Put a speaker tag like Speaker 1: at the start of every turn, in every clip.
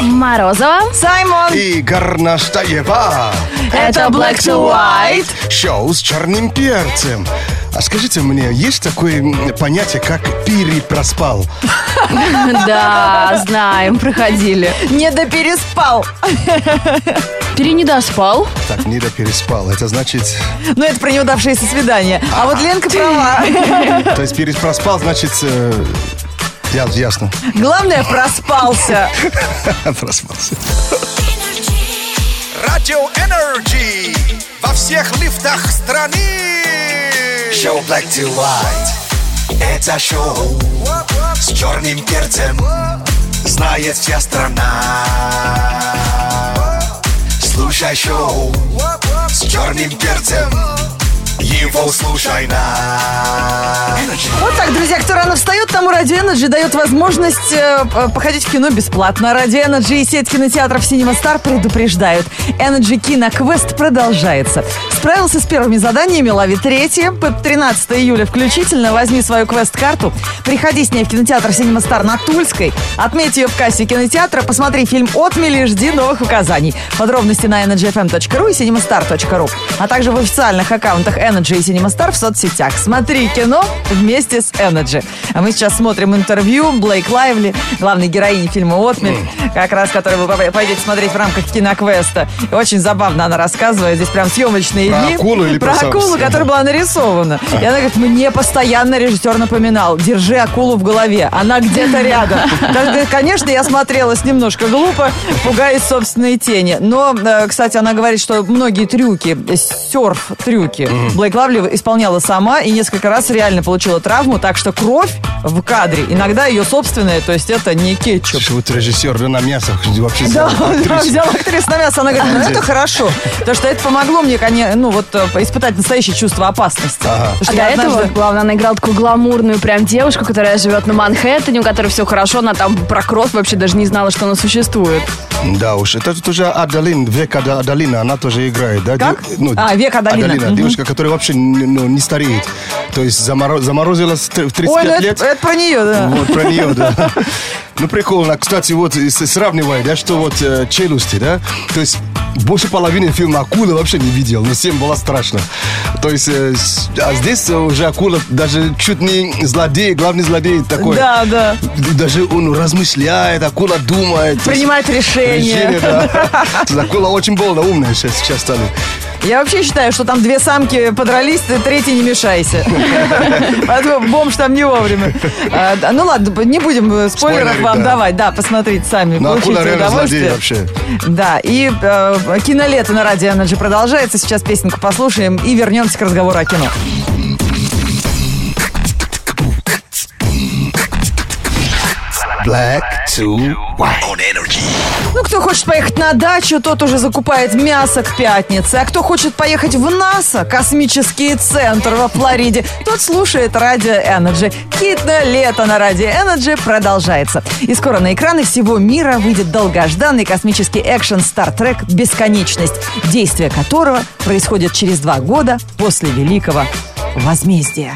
Speaker 1: Морозова.
Speaker 2: Саймон!
Speaker 3: И Горнаштаева.
Speaker 1: Это Black to White.
Speaker 3: Шоу с черным перцем. А скажите мне, есть такое м, понятие, как перепроспал?
Speaker 1: Да, знаем, проходили.
Speaker 2: Не допереспал.
Speaker 1: Перенедоспал.
Speaker 3: Так, не переспал. Это значит...
Speaker 2: Ну, это про неудавшееся свидание. А вот Ленка права.
Speaker 3: То есть перепроспал, значит... э, я- ясно.
Speaker 2: Главное, проспался.
Speaker 3: Проспался.
Speaker 4: Радио Energy во всех лифтах страны. Шоу Black to White. Это шоу с черным перцем. Знает вся страна. Слушай шоу с черным перцем. Его слушай на.
Speaker 2: Вот так, друзья, кто рано встает, тому Радио Energy дает возможность э, э, походить в кино бесплатно. Радио Energy и сеть кинотеатров Cinema Star предупреждают. Energy Кино Квест продолжается. Справился с первыми заданиями, лови третье. По 13 июля включительно возьми свою квест-карту, приходи с ней в кинотеатр Cinema Star на Тульской, отметь ее в кассе кинотеатра, посмотри фильм «Отмели» и жди новых указаний. Подробности на energyfm.ru и cinemastar.ru, а также в официальных аккаунтах Energy и CinemaStar в соцсетях. Смотри кино вместе с Energy. А мы сейчас смотрим интервью Блейк Лайвли, главной героини фильма «Отмель», как раз, который вы попро- пойдете смотреть в рамках киноквеста. И очень забавно она рассказывает, здесь прям съемочные
Speaker 3: Про
Speaker 2: дни.
Speaker 3: акулу или
Speaker 2: Про
Speaker 3: про
Speaker 2: акулу,
Speaker 3: сам-
Speaker 2: которая была нарисована. И она говорит, мне постоянно режиссер напоминал, держи акулу в голове, она где-то рядом. Даже, говорит, конечно, я смотрелась немножко глупо, пугаясь собственной тени. Но, э, кстати, она говорит, что многие трюки, э, серф-трюки, Блейк Лавли исполняла сама и несколько раз реально получила травму, так что кровь в кадре, иногда ее собственная, то есть это не кетчуп.
Speaker 3: Что вот режиссер да, на мясо вообще
Speaker 2: Да,
Speaker 3: взял
Speaker 2: он
Speaker 3: актрису.
Speaker 2: взял актрису на мясо. Она говорит, ну это хорошо. Потому что это помогло мне, конечно, ну вот э, испытать настоящее чувство опасности. Потому
Speaker 1: А
Speaker 2: что
Speaker 1: до
Speaker 2: я
Speaker 1: этого,
Speaker 2: однажды-
Speaker 1: главное, она играла такую гламурную прям девушку, которая живет на Манхэттене, у которой все хорошо, она там про кровь вообще даже не знала, что она существует.
Speaker 3: Да уж, это тут уже Адалин, век Ада- Адалина, она тоже играет, да?
Speaker 2: Как?
Speaker 3: Дев-
Speaker 2: А, век Адалина. Мгм.
Speaker 3: девушка, которая вообще не- ну, не стареет. То есть заморо- заморозилась тр- в 35
Speaker 2: Ой, ну
Speaker 3: лет.
Speaker 2: это, это про нее, да.
Speaker 3: Вот, про нее, да. Ну, прикольно. Кстати, вот и с- сравнивая, да, что вот э, «Челюсти», да, то есть больше половины фильма акула вообще не видел, но всем было страшно. То есть, э, с- а здесь уже акула даже чуть не злодей, главный злодей такой.
Speaker 2: Да, да.
Speaker 3: Даже он размышляет, акула думает. То есть
Speaker 2: Принимает решение.
Speaker 3: решение, да. Акула очень больно умная сейчас, сейчас стали.
Speaker 2: Я вообще считаю, что там две самки подрались, ты третий не мешайся. Поэтому бомж там не вовремя. А, да, Ну ладно, не будем э, спойлеров
Speaker 3: Спойлеры,
Speaker 2: вам
Speaker 3: да.
Speaker 2: давать. Да, посмотрите сами.
Speaker 3: Но акула
Speaker 2: Получите
Speaker 3: реально злодей
Speaker 2: удовольствие.
Speaker 3: вообще.
Speaker 2: Да, и э, кинолето на радио Energy продолжается. Сейчас песенку послушаем и вернемся к разговору о кино.
Speaker 3: Black to
Speaker 4: On Energy.
Speaker 2: Ну, кто хочет поехать на дачу, тот уже закупает мясо к пятнице. А кто хочет поехать в НАСА, космический центр во Флориде, тот слушает Радио Energy. Китно лето на Радио Energy продолжается. И скоро на экраны всего мира выйдет долгожданный космический экшен Star Trek «Бесконечность», действие которого происходит через два года после Великого Возмездия.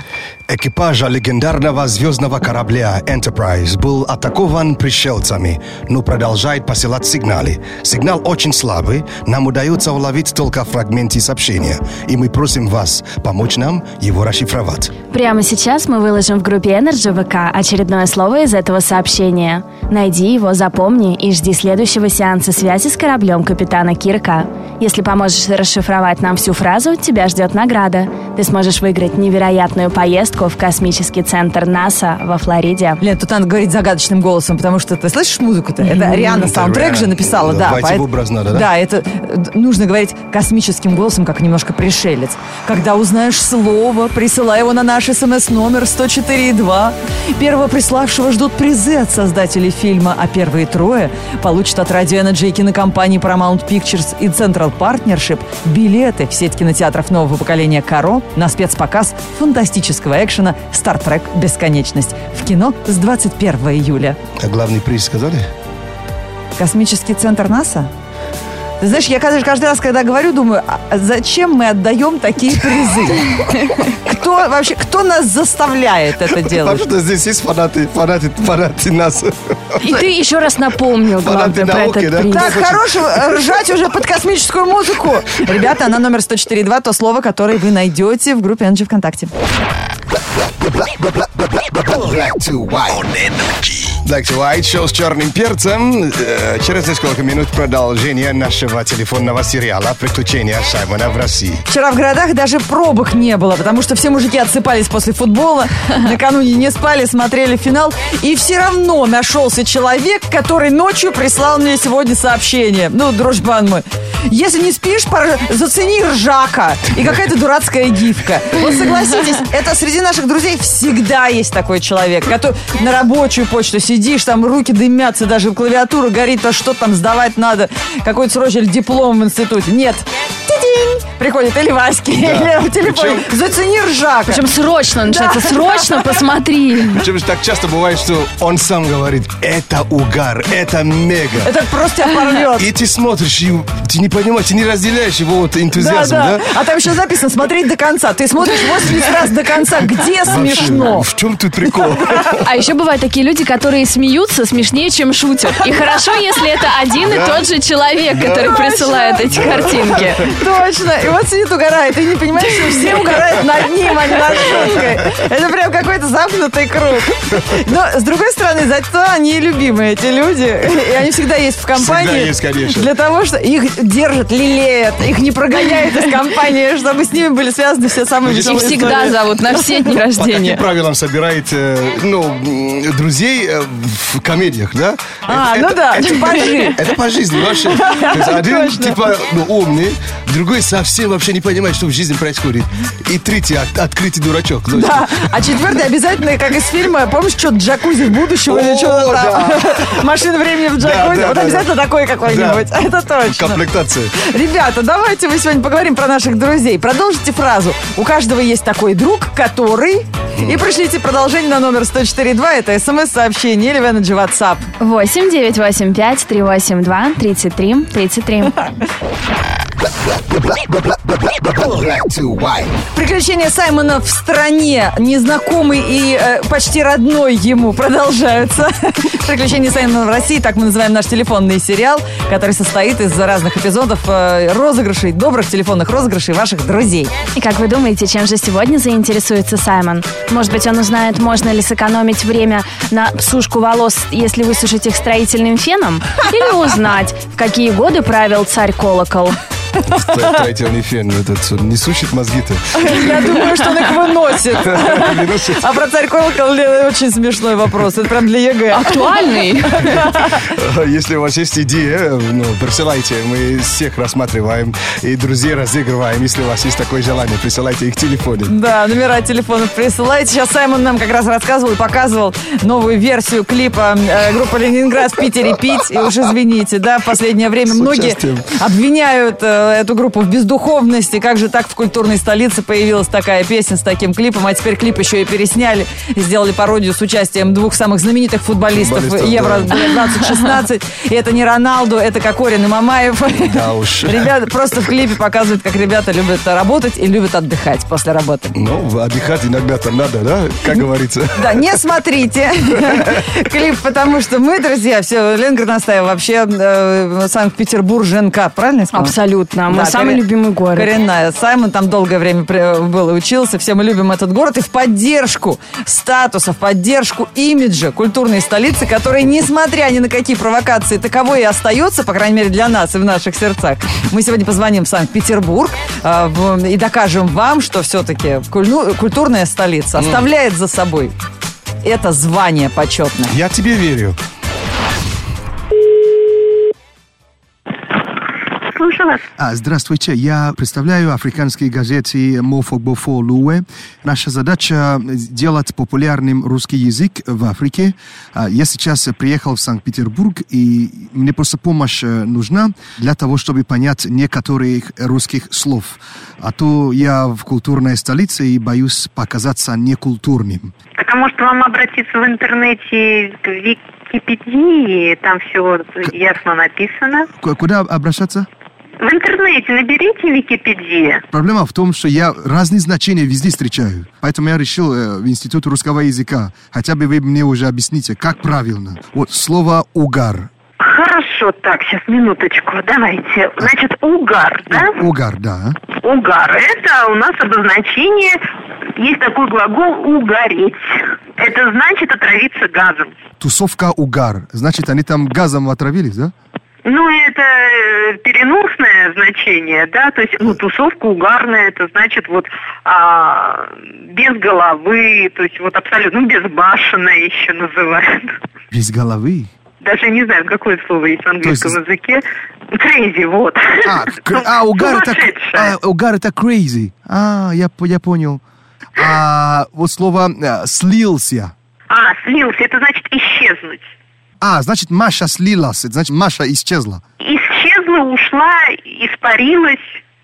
Speaker 3: Экипажа легендарного звездного корабля Enterprise был атакован пришельцами, но продолжает посылать сигналы. Сигнал очень слабый, нам удается уловить только фрагменты сообщения, и мы просим вас помочь нам его расшифровать.
Speaker 5: Прямо сейчас мы выложим в группе Energy ВК очередное слово из этого сообщения. Найди его, запомни и жди следующего сеанса связи с кораблем капитана Кирка. Если поможешь расшифровать нам всю фразу, тебя ждет награда. Ты сможешь выиграть невероятную поездку в космический центр НАСА во Флориде.
Speaker 2: Лен, тут надо говорить загадочным голосом, потому что ты слышишь музыку-то? Это Риана саундтрек
Speaker 3: Риана.
Speaker 2: же написала,
Speaker 3: Да,
Speaker 2: да.
Speaker 3: войти в
Speaker 2: поэт-
Speaker 3: образ надо, да?
Speaker 2: Да, это э, д- нужно говорить космическим голосом, как немножко пришелец. Когда узнаешь слово, присылай его на наш смс-номер 104.2. Первого приславшего ждут призы от создателей фильма, а первые трое получат от Radio Energy и кинокомпании Paramount Pictures и Central Partnership билеты в сеть кинотеатров нового поколения «Каро» на спецпоказ фантастического экшена «Стартрек. Бесконечность» в кино с 21 июля.
Speaker 3: А главный приз сказали?
Speaker 2: Космический центр НАСА? Ты знаешь, я каждый, каждый раз, когда говорю, думаю, а зачем мы отдаем такие призы? кто вообще, кто нас заставляет это
Speaker 3: Потому
Speaker 2: делать?
Speaker 3: что здесь есть фанаты, фанаты, фанаты нас.
Speaker 5: И ты еще раз напомнил,
Speaker 3: Фанаты
Speaker 5: главное, про
Speaker 3: науки,
Speaker 5: этот
Speaker 3: да?
Speaker 5: приз.
Speaker 2: Так, хорош э, ржать уже под космическую музыку. Ребята, она номер 104.2, то слово, которое вы найдете в группе Энджи ВКонтакте.
Speaker 4: Black to white. On energy.
Speaker 3: Black to White, шоу с черным перцем. Э, Через несколько минут продолжение нашего телефонного сериала «Приключения Саймона в России».
Speaker 2: Вчера в городах даже пробок не было, потому что все мужики отсыпались после футбола, накануне не спали, смотрели финал. И все равно нашелся человек, который ночью прислал мне сегодня сообщение. Ну, дружбан мой. Если не спишь, пора- зацени ржака. И какая-то дурацкая гифка. Вот согласитесь, это среди наших друзей всегда есть такой человек, который на рабочую почту сидишь, там руки дымятся, даже клавиатура горит, а что там сдавать надо, какой-то срочный диплом в институте. Нет. Ти-динь! Приходит или Ваське, или в телефоне. Зацени ржака.
Speaker 1: Причем срочно начинается. Срочно посмотри.
Speaker 3: Причем же так часто бывает, что он сам говорит, это угар, это мега.
Speaker 2: это просто тебя порвет.
Speaker 3: И ты смотришь, и ты не понимаешь, ты не разделяешь его вот
Speaker 2: Да,
Speaker 3: энтузиазм,
Speaker 2: да.
Speaker 3: да?
Speaker 2: А там еще записано смотреть до конца. Ты смотришь 80 раз до конца. Где
Speaker 3: Вообще,
Speaker 2: смешно?
Speaker 3: В чем тут прикол?
Speaker 1: А еще бывают такие люди, которые смеются смешнее, чем шутят. И хорошо, если это один и тот же человек, который присылает эти картинки.
Speaker 2: Точно. И вот сидит угорает. И не понимаешь, что все угорают над ним, а не над шуткой. Это прям какой-то замкнутый круг. Но, с другой стороны, зато они любимые, эти люди. И они всегда есть в компании.
Speaker 3: есть, конечно.
Speaker 2: Для того, что их держат, лелеют, их не прогоняют из компании, чтобы с ними были связаны все самые
Speaker 1: И
Speaker 2: веселые
Speaker 1: всегда
Speaker 2: истории.
Speaker 1: зовут на все дни
Speaker 3: По каким
Speaker 1: рождения.
Speaker 3: правилам собирает э, ну, м, друзей э, в комедиях, да?
Speaker 2: А, ну да, типажи.
Speaker 3: Это по жизни вообще. То есть один
Speaker 2: Точно.
Speaker 3: типа ну, умный, другой совсем вообще не понимает, что в жизни происходит. И третий от- открытый дурачок. Ну, То есть,
Speaker 2: Да. А четвертый обязательно, как из фильма, помнишь, что джакузи в будущем или
Speaker 3: О,
Speaker 2: что-то там? Машина времени в джакузи.
Speaker 3: да,
Speaker 2: Вот
Speaker 3: да,
Speaker 2: обязательно такой какой-нибудь.
Speaker 3: Да.
Speaker 2: Это точно.
Speaker 3: Комплектация.
Speaker 2: Ребята, давайте мы сегодня поговорим про наших друзей. Продолжите фразу. У каждого есть такой друг, который... И пришлите продолжение на номер 104.2. Это смс-сообщение или в Energy WhatsApp.
Speaker 5: 8 9 8 5 3 8 2 33 33.
Speaker 4: Black to white.
Speaker 2: Приключения Саймона в стране, незнакомый и э, почти родной ему, продолжаются. Приключения Саймона в России, так мы называем наш телефонный сериал, который состоит из разных эпизодов э, розыгрышей, добрых телефонных розыгрышей ваших друзей.
Speaker 5: И как вы думаете, чем же сегодня заинтересуется Саймон? Может быть, он узнает, можно ли сэкономить время на сушку волос, если высушить их строительным феном? Или узнать, в какие годы правил царь колокол?
Speaker 3: Строительный фен ну, этот он не сушит мозги-то.
Speaker 2: Я думаю, что он их выносит. А про царь колокол э, очень смешной вопрос. Это прям для ЕГЭ.
Speaker 1: Актуальный.
Speaker 3: Если у вас есть идея, ну, присылайте. Мы всех рассматриваем и друзей разыгрываем. Если у вас есть такое желание, присылайте их телефоны.
Speaker 2: Да, номера телефонов присылайте. Сейчас Саймон нам как раз рассказывал и показывал новую версию клипа э, группы «Ленинград в Питере пить». И уж извините, да, в последнее время
Speaker 3: С
Speaker 2: многие
Speaker 3: участием.
Speaker 2: обвиняют э, эту группу в бездуховности. Как же так в культурной столице появилась такая песня с таким клипом? А теперь клип еще и пересняли, и сделали пародию с участием двух самых знаменитых футболистов,
Speaker 3: Футболистов,
Speaker 2: Евро 2016. И это не Роналду, это Кокорин и Мамаев.
Speaker 3: Да уж.
Speaker 2: Ребята просто в клипе показывают, как ребята любят работать и любят отдыхать после работы.
Speaker 3: Ну, отдыхать иногда-то надо, да? Как говорится.
Speaker 2: Да, не смотрите клип, потому что мы, друзья, все, Ленгер настаивал вообще э, Санкт-Петербург, ЖНК, правильно я сказала?
Speaker 5: Абсолютно. Мой
Speaker 2: Да,
Speaker 5: самый
Speaker 2: корен-
Speaker 5: любимый город.
Speaker 2: Коренная. Саймон там долгое время при- был и учился. Все мы любим этот город. И в поддержку статуса, в поддержку имиджа культурной столицы, которая, несмотря ни на какие провокации, таковой и остается, по крайней мере, для нас и в наших сердцах. Мы сегодня позвоним в Санкт-Петербург э, в- и докажем вам, что все-таки культурная столица оставляет за собой это звание почетное.
Speaker 3: Я тебе верю.
Speaker 6: А, Здравствуйте, я представляю африканские газеты Мофобофо Луэ. Наша задача сделать популярным русский язык в Африке. А, Я сейчас приехал в Санкт-Петербург, и мне просто помощь э, нужна для того, чтобы понять некоторых русских слов. А то я в культурной столице и боюсь показаться некультурным.
Speaker 7: Потому что вам обратиться в интернете к Википедии, там все ясно написано.
Speaker 6: К- Куда обращаться?
Speaker 7: В интернете наберите Википедия.
Speaker 6: Проблема в том, что я разные значения везде встречаю. Поэтому я решил э, в Институт русского языка. Хотя бы вы мне уже объясните, как правильно. Вот слово «угар».
Speaker 7: Хорошо, так, сейчас минуточку, давайте. Значит, угар, да?
Speaker 6: Угар, да. а?
Speaker 7: Угар – это у нас обозначение, есть такой глагол «угореть». Это значит отравиться газом.
Speaker 6: Тусовка «угар». Значит, они там газом отравились, да?
Speaker 7: Ну, это э, переносное значение, да, то есть, ну, тусовка угарная, это значит вот а, без головы, то есть вот абсолютно, ну, безбашенная еще называют.
Speaker 6: Без головы.
Speaker 7: Даже не знаю, какое слово есть в английском
Speaker 6: То
Speaker 7: языке. Крейзи, вот.
Speaker 6: А, кр- а, угар это...
Speaker 7: Сумасшедшая.
Speaker 6: А, угар это crazy. А, я, по- я понял. А, вот слово э, «слился».
Speaker 7: А, слился, это значит исчезнуть.
Speaker 6: А, значит, Маша слилась. Это значит, Маша исчезла.
Speaker 7: Исчезла, ушла, испарилась.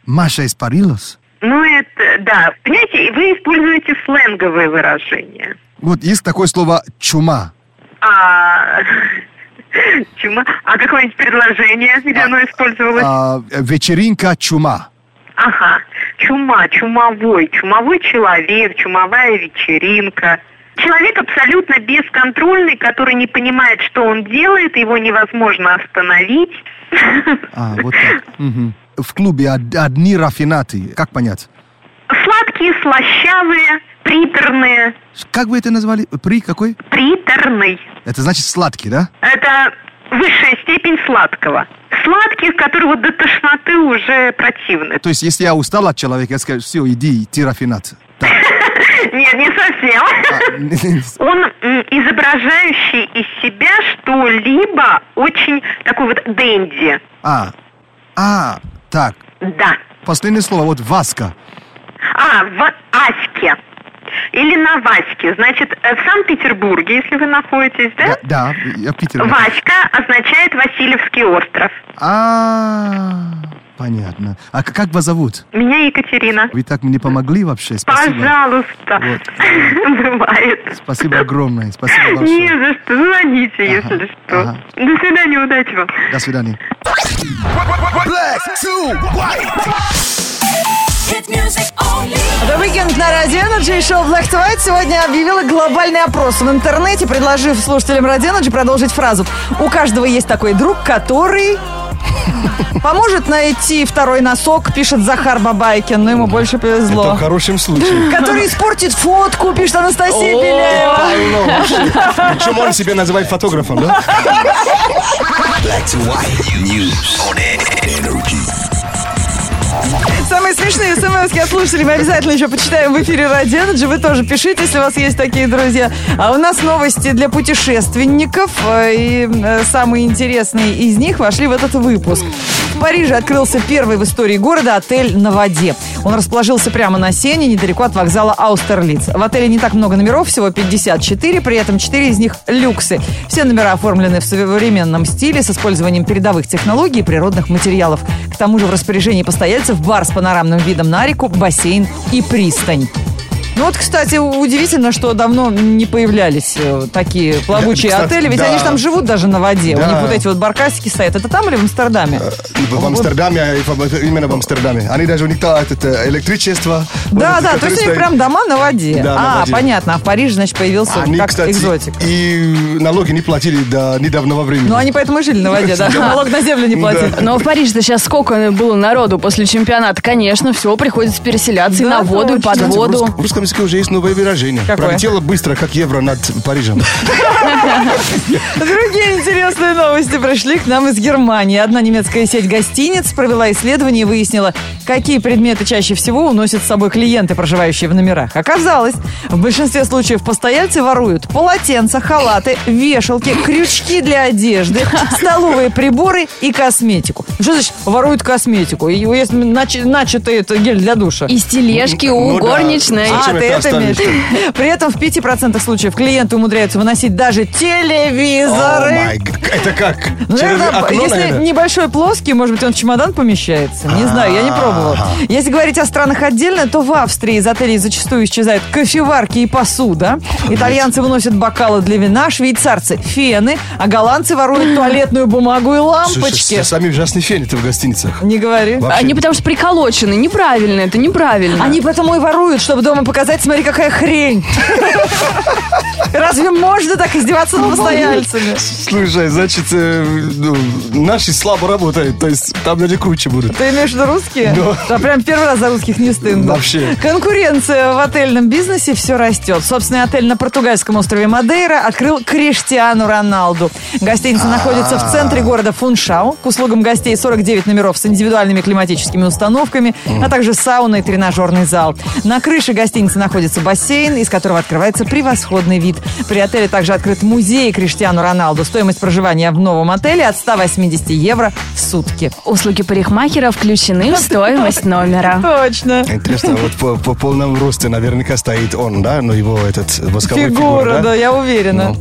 Speaker 6: Маша испарилась.
Speaker 7: Ну, это, да. Понимаете, и вы используете сленговые выражения.
Speaker 6: Вот есть такое слово «чума».
Speaker 7: А, чума. А какое-нибудь предложение, где оно использовалось?
Speaker 6: А, вечеринка «чума».
Speaker 7: Ага. Чума, чумовой, чумовой человек, чумовая вечеринка. Человек абсолютно бесконтрольный, который не понимает, что он делает, его невозможно остановить.
Speaker 6: А, вот так. Мгм. В клубе од- одни рафинаты. Как понять?
Speaker 7: Сладкие, слащавые, приторные.
Speaker 6: Как вы это назвали? При какой?
Speaker 7: Приторный.
Speaker 6: Это значит сладкий, да?
Speaker 7: Это высшая степень сладкого. Сладких, которые вот до тошноты уже противны.
Speaker 6: То есть, если я устал от человека, я скажу, все, иди, ты рафинат. Так.
Speaker 7: Нет, не совсем.
Speaker 6: А,
Speaker 7: Он м, изображающий из себя что-либо очень такой вот денди.
Speaker 6: А, а, так.
Speaker 7: Да.
Speaker 6: Последнее слово, вот Васка.
Speaker 7: А, в Аське. Или на Ваське. Значит, э, в Санкт-Петербурге, если вы находитесь, да?
Speaker 2: Э?
Speaker 6: Да, да, я в Питере.
Speaker 7: Васька означает Васильевский остров.
Speaker 6: А, понятно. А к- как вас зовут?
Speaker 7: Меня Екатерина.
Speaker 6: Вы так мне помогли вообще, спасибо.
Speaker 7: Пожалуйста.
Speaker 6: Вот.
Speaker 7: Бывает.
Speaker 6: Спасибо огромное, спасибо
Speaker 7: Не
Speaker 6: большое.
Speaker 7: за что. Звоните,
Speaker 6: Ага,
Speaker 7: если что.
Speaker 6: ага.
Speaker 7: До свидания, удачи вам.
Speaker 6: До свидания.
Speaker 4: Black to white.
Speaker 2: The Weekend на Радио Energy и шоу Black to White сегодня объявила глобальный опрос в интернете, предложив слушателям Радио Energy продолжить фразу. У каждого есть такой друг, который... Поможет найти второй носок, пишет Захар Бабайкин, но ему больше
Speaker 3: Это в
Speaker 2: повезло.
Speaker 3: хорошем случае.
Speaker 2: Который испортит фотку, пишет Анастасия Беляева.
Speaker 3: Алло, вообще. Причем он себя называет фотографом, да?
Speaker 4: Black to white. News on energy.
Speaker 2: Самые смешные смс от слушателей мы обязательно еще почитаем в эфире Ради Energy. Вы тоже пишите, если у вас есть такие друзья. А у нас новости для путешественников. э, И э, самые интересные из них вошли в этот выпуск. В Париже открылся первый в истории города отель на воде. Он расположился прямо на Сене, недалеко от вокзала Аустерлиц. В отеле не так много номеров, всего 54, при этом 4 из них люксы. Все номера оформлены в современном стиле с использованием передовых технологий и природных материалов. К тому же в распоряжении постояльцев бар с панорамным видом на реку, бассейн и пристань. Ну вот, кстати, у- удивительно, что давно не появлялись э, такие плавучие
Speaker 3: кстати,
Speaker 2: отели, ведь
Speaker 3: да.
Speaker 2: они же там живут даже на воде. У
Speaker 3: Да. Э,
Speaker 2: них вот эти вот баркасики стоят. Это там или в Амстердаме?
Speaker 6: А
Speaker 3: В Амстердаме, именно в Амстердаме. Они даже у них там этот, э, электричество.
Speaker 2: Да,
Speaker 3: Вот,
Speaker 2: да, то
Speaker 3: которые
Speaker 2: есть у них
Speaker 3: стоят.
Speaker 2: прям дома на воде.
Speaker 3: Да, на
Speaker 2: а,
Speaker 3: воде.
Speaker 2: понятно. А в Париже, значит, появился
Speaker 3: Они,
Speaker 2: как
Speaker 3: кстати,
Speaker 2: экзотик.
Speaker 3: и налоги не платили до недавнего времени.
Speaker 2: Ну, они поэтому и жили на воде, да. Налог на землю не платили.
Speaker 1: Но в Париже-то сейчас сколько было народу после чемпионата. Конечно, все, приходится переселяться и
Speaker 2: Да,
Speaker 1: на воду, и
Speaker 2: точно.
Speaker 1: под
Speaker 3: Кстати, в рус-
Speaker 1: воду.
Speaker 3: В русском языке уже есть новое выражение.
Speaker 2: Какое?
Speaker 3: Пролетело быстро, как евро над Парижем.
Speaker 2: Другие интересные новости пришли к нам из Германии. Одна немецкая сеть гостиниц провела исследование и выяснила, какие предметы чаще всего уносят с собой клиенты, проживающие в номерах. Оказалось, в большинстве случаев постояльцы воруют полотенца, халаты, вешалки, крючки для одежды, столовые приборы и косметику. Что значит воруют косметику? И Если нач- начатый это гель для душа.
Speaker 1: Из тележки
Speaker 3: Ну
Speaker 1: у
Speaker 3: да.
Speaker 1: горничной.
Speaker 2: А, это,
Speaker 3: ты
Speaker 2: это
Speaker 3: оставишь.
Speaker 2: имеешь. При этом в 5% случаев клиенты умудряются выносить даже
Speaker 3: О,
Speaker 2: телевизоры.
Speaker 3: май г- Это как?
Speaker 2: Ну,
Speaker 3: Через
Speaker 2: наверное,
Speaker 3: окно,
Speaker 2: если
Speaker 3: наверное?
Speaker 2: небольшой плоский, может быть, он в чемодан помещается. Не знаю, я не пробовала. Если говорить о странах отдельно, то в Австрии из отелей зачастую исчезают кофеварки и посуда. Итальянцы выносят бокалы для вина, швейцарцы – фены, а голландцы воруют туалетную бумагу и
Speaker 3: Слушай,
Speaker 2: лампочки.
Speaker 3: с- Сами ужасные фени ты в гостиницах.
Speaker 2: Не говори.
Speaker 3: Вообще.
Speaker 1: Они А, потому что приколочены. Неправильно, это неправильно.
Speaker 2: Они потому и воруют, чтобы дома показать, смотри, какая хрень. Разве можно так издеваться над постояльцами?
Speaker 3: Слушай, значит, э, ну, наши слабо работают, то есть там даже круче будут.
Speaker 2: Ты имеешь в виду русские?
Speaker 3: Да.
Speaker 2: Да прям первый раз за русских не стыдно.
Speaker 3: Вообще.
Speaker 2: Конкуренция в отельном бизнесе все растет. Собственный отель на португальском острове Мадейра открыл Криштиану Роналду. Гостиница находится
Speaker 3: А.
Speaker 2: в центре города Фуншау. К услугам гостей 49 номеров с индивидуальными климатическими установками, а также сауна и тренажерный зал. На крыше гостиницы находится бассейн, из которого открывается превосходный вид. При отеле также открыт музей Криштиану Роналду. Стоимость проживания в новом отеле от 180 евро в сутки.
Speaker 5: А Услуги парикмахера включены в стоимость номера.
Speaker 2: Точно.
Speaker 3: Интересно, вот по, по полному росту наверняка стоит он, да? Но его этот восковой А
Speaker 2: Фигура, да, я уверена.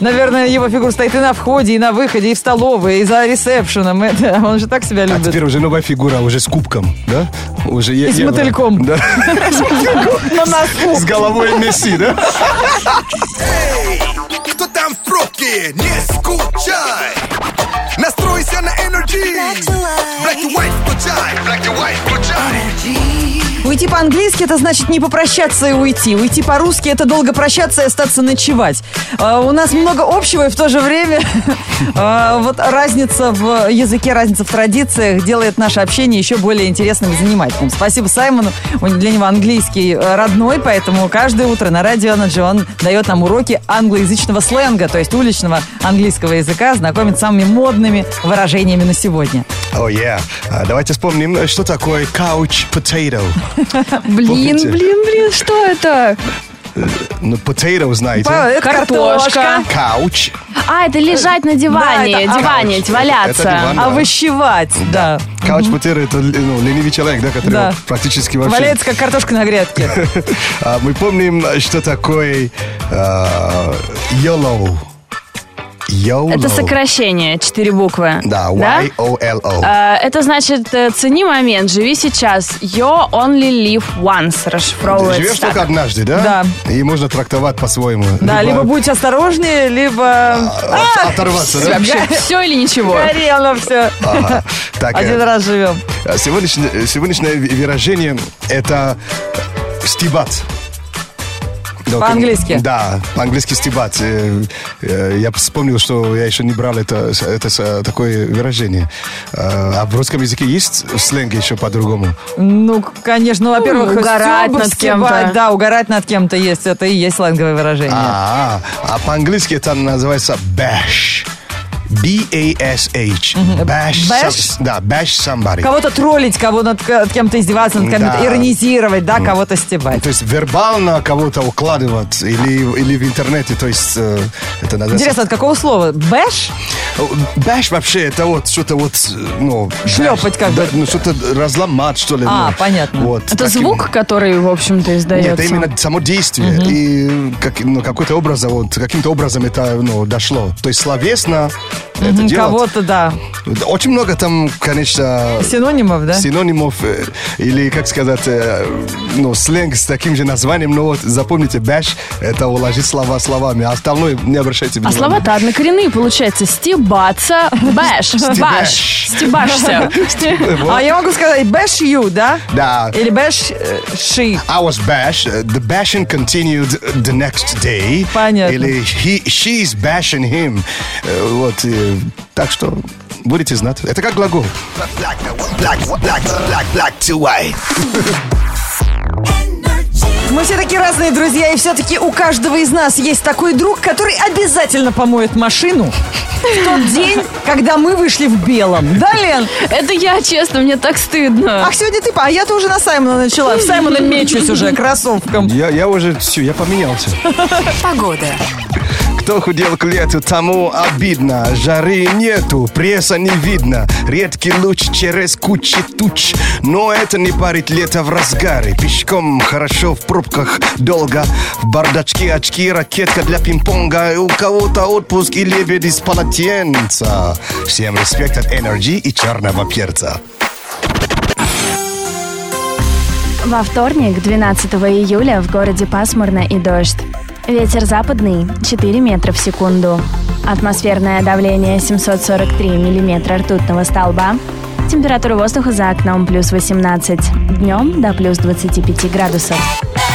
Speaker 2: Наверное, его фигура стоит и на входе, и на выходе, и в столовой, и за ресепшеном. Это- он же так себя
Speaker 3: А
Speaker 2: любит.
Speaker 3: теперь уже новая фигура, уже с кубком, да? Уже е-
Speaker 2: И с
Speaker 3: евро.
Speaker 2: мотыльком.
Speaker 3: Да.
Speaker 2: На носу.
Speaker 3: С головой Месси, да?
Speaker 4: Кто там в пробке? Не скучай! Настройся на энергии! Black to white включай! Black to white включай!
Speaker 2: Уйти по-английски это значит не попрощаться и уйти. Уйти по-русски это долго прощаться и остаться ночевать. А, у нас много общего, и в то же время а, вот разница в языке, разница в традициях делает наше общение еще более интересным и занимательным. Спасибо Саймону. Он для него английский э, родной, поэтому каждое утро на радио Energy он дает нам уроки англоязычного сленга, то есть уличного английского языка, знакомит с самыми модными выражениями на сегодня.
Speaker 3: О, yeah. А, Давайте вспомним, э, что такое couch potato.
Speaker 1: блин,
Speaker 3: помните?
Speaker 1: блин, блин, что это?
Speaker 3: Ну, potato знаете.
Speaker 2: Павел, это
Speaker 1: Картошка.
Speaker 3: Couch.
Speaker 5: А, это лежать на
Speaker 2: Да,
Speaker 5: диване,
Speaker 2: это-
Speaker 5: диванить,
Speaker 3: Это диван.
Speaker 5: валяться.
Speaker 2: А вещевать, да.
Speaker 3: Couch potato это ну, ленивый человек, да, который
Speaker 2: Да.
Speaker 3: вот практически вообще...
Speaker 2: Валяется, как картошка на грядке.
Speaker 3: А, Мы помним, э, что такое э, yellow. YOLO.
Speaker 5: Это сокращение, четыре буквы.
Speaker 3: Ну. Да, Y-O-L-O.
Speaker 2: А,
Speaker 5: Э, Это значит, э, цени момент, живи сейчас. You only live once, расшифровывается
Speaker 3: Живешь
Speaker 5: так.
Speaker 3: только однажды, да?
Speaker 2: Да.
Speaker 3: И можно трактовать по-своему.
Speaker 2: Да, либо будь осторожнее,
Speaker 3: А,
Speaker 2: либо... А,
Speaker 3: от- оторваться, да?
Speaker 1: Вообще все или ничего?
Speaker 2: Горело все.
Speaker 3: Ага. Так,
Speaker 2: Один
Speaker 3: э,
Speaker 2: раз живем.
Speaker 3: сегодняшнее, э, сегодняшнее ви- выражение это стебать. Да,
Speaker 2: По-английски?
Speaker 3: как- Да, по-английски стебать. Э, э, Я вспомнил, что я еще не брал это, с- это с- такое выражение. Э, А в русском языке есть в сленге еще по-другому?
Speaker 2: Ну, конечно, ну, во-первых,
Speaker 1: угорать
Speaker 2: стёбы
Speaker 1: над
Speaker 2: встебать,
Speaker 1: кем-то.
Speaker 2: Да, угорать над кем-то есть. Это и есть сленговое выражение.
Speaker 3: А, а по-английски это называется bash. B-A-S-H. Bash. some-
Speaker 2: Bash?
Speaker 3: Да, bash somebody.
Speaker 2: Кого-то троллить, кого над к- над кем-то издеваться, над кем-то
Speaker 3: Да.
Speaker 2: иронизировать, да, кого-то стебать.
Speaker 3: То есть вербально кого-то укладывать или, или в интернете, то есть э, это надо...
Speaker 2: Интересно, от какого слова? Бэш?
Speaker 3: Бэш вообще это вот что-то вот, э, ну... бэш.
Speaker 2: Шлепать как бы.
Speaker 3: Да, ну что-то разломать, что ли.
Speaker 2: А,
Speaker 3: ну,
Speaker 2: понятно.
Speaker 3: Вот,
Speaker 1: Это
Speaker 3: таким-
Speaker 1: звук, который, в общем-то,
Speaker 3: Нет, это
Speaker 1: издается.
Speaker 3: именно само действие. И как, ну, какой-то образ, вот, каким-то образом это ну, дошло. То есть словесно это делать.
Speaker 2: Кого-то, да.
Speaker 3: Очень много там, конечно,
Speaker 2: Синонимов, да?
Speaker 3: синонимов э, или, как сказать, э, ну, сленг с таким же названием, но вот запомните, бэш – это уложить слова словами, а остальное не обращайте
Speaker 1: А
Speaker 3: внимания.
Speaker 1: слова-то однокоренные, получается. Стебаться, бэш, баш, стебашься.
Speaker 2: А я могу сказать бэш ю, да?
Speaker 3: Да.
Speaker 2: Или бэш э, ши.
Speaker 3: I was bashed. Uh, The bashing continued the next day.
Speaker 2: Понятно.
Speaker 3: Или he, she's bashing him. Э, Вот, э, так что будете знать. Это как глагол.
Speaker 4: Black, black, black, black, black to white.
Speaker 2: Мы все такие разные друзья, и все-таки у каждого из нас есть такой друг, который обязательно помоет машину в тот день, когда мы вышли в белом. Да, Лен?
Speaker 1: Это я, честно, мне так стыдно.
Speaker 2: Ах, сегодня ты, по- а я-то уже на Саймона начала. В Саймона мечусь уже кроссовком.
Speaker 3: Я, я уже все, я поменялся.
Speaker 8: Погода.
Speaker 3: Кто худел к лету, тому обидно. Жары нету, пресса не видно. Редкий луч через кучи туч. Но это не парит лето в разгаре. Пешком хорошо, в пробках долго. В бардачке очки, ракетка для пинг-понга. И У кого-то отпуск и лебеди с полотенца. Всем респект от Energy и черного перца.
Speaker 5: Во вторник, 12 июля, в городе пасмурно и дождь. Ветер западный 4 метра в секунду. Атмосферное давление 743 миллиметра ртутного столба. Температура воздуха за окном плюс 18. Днем до плюс 25 градусов.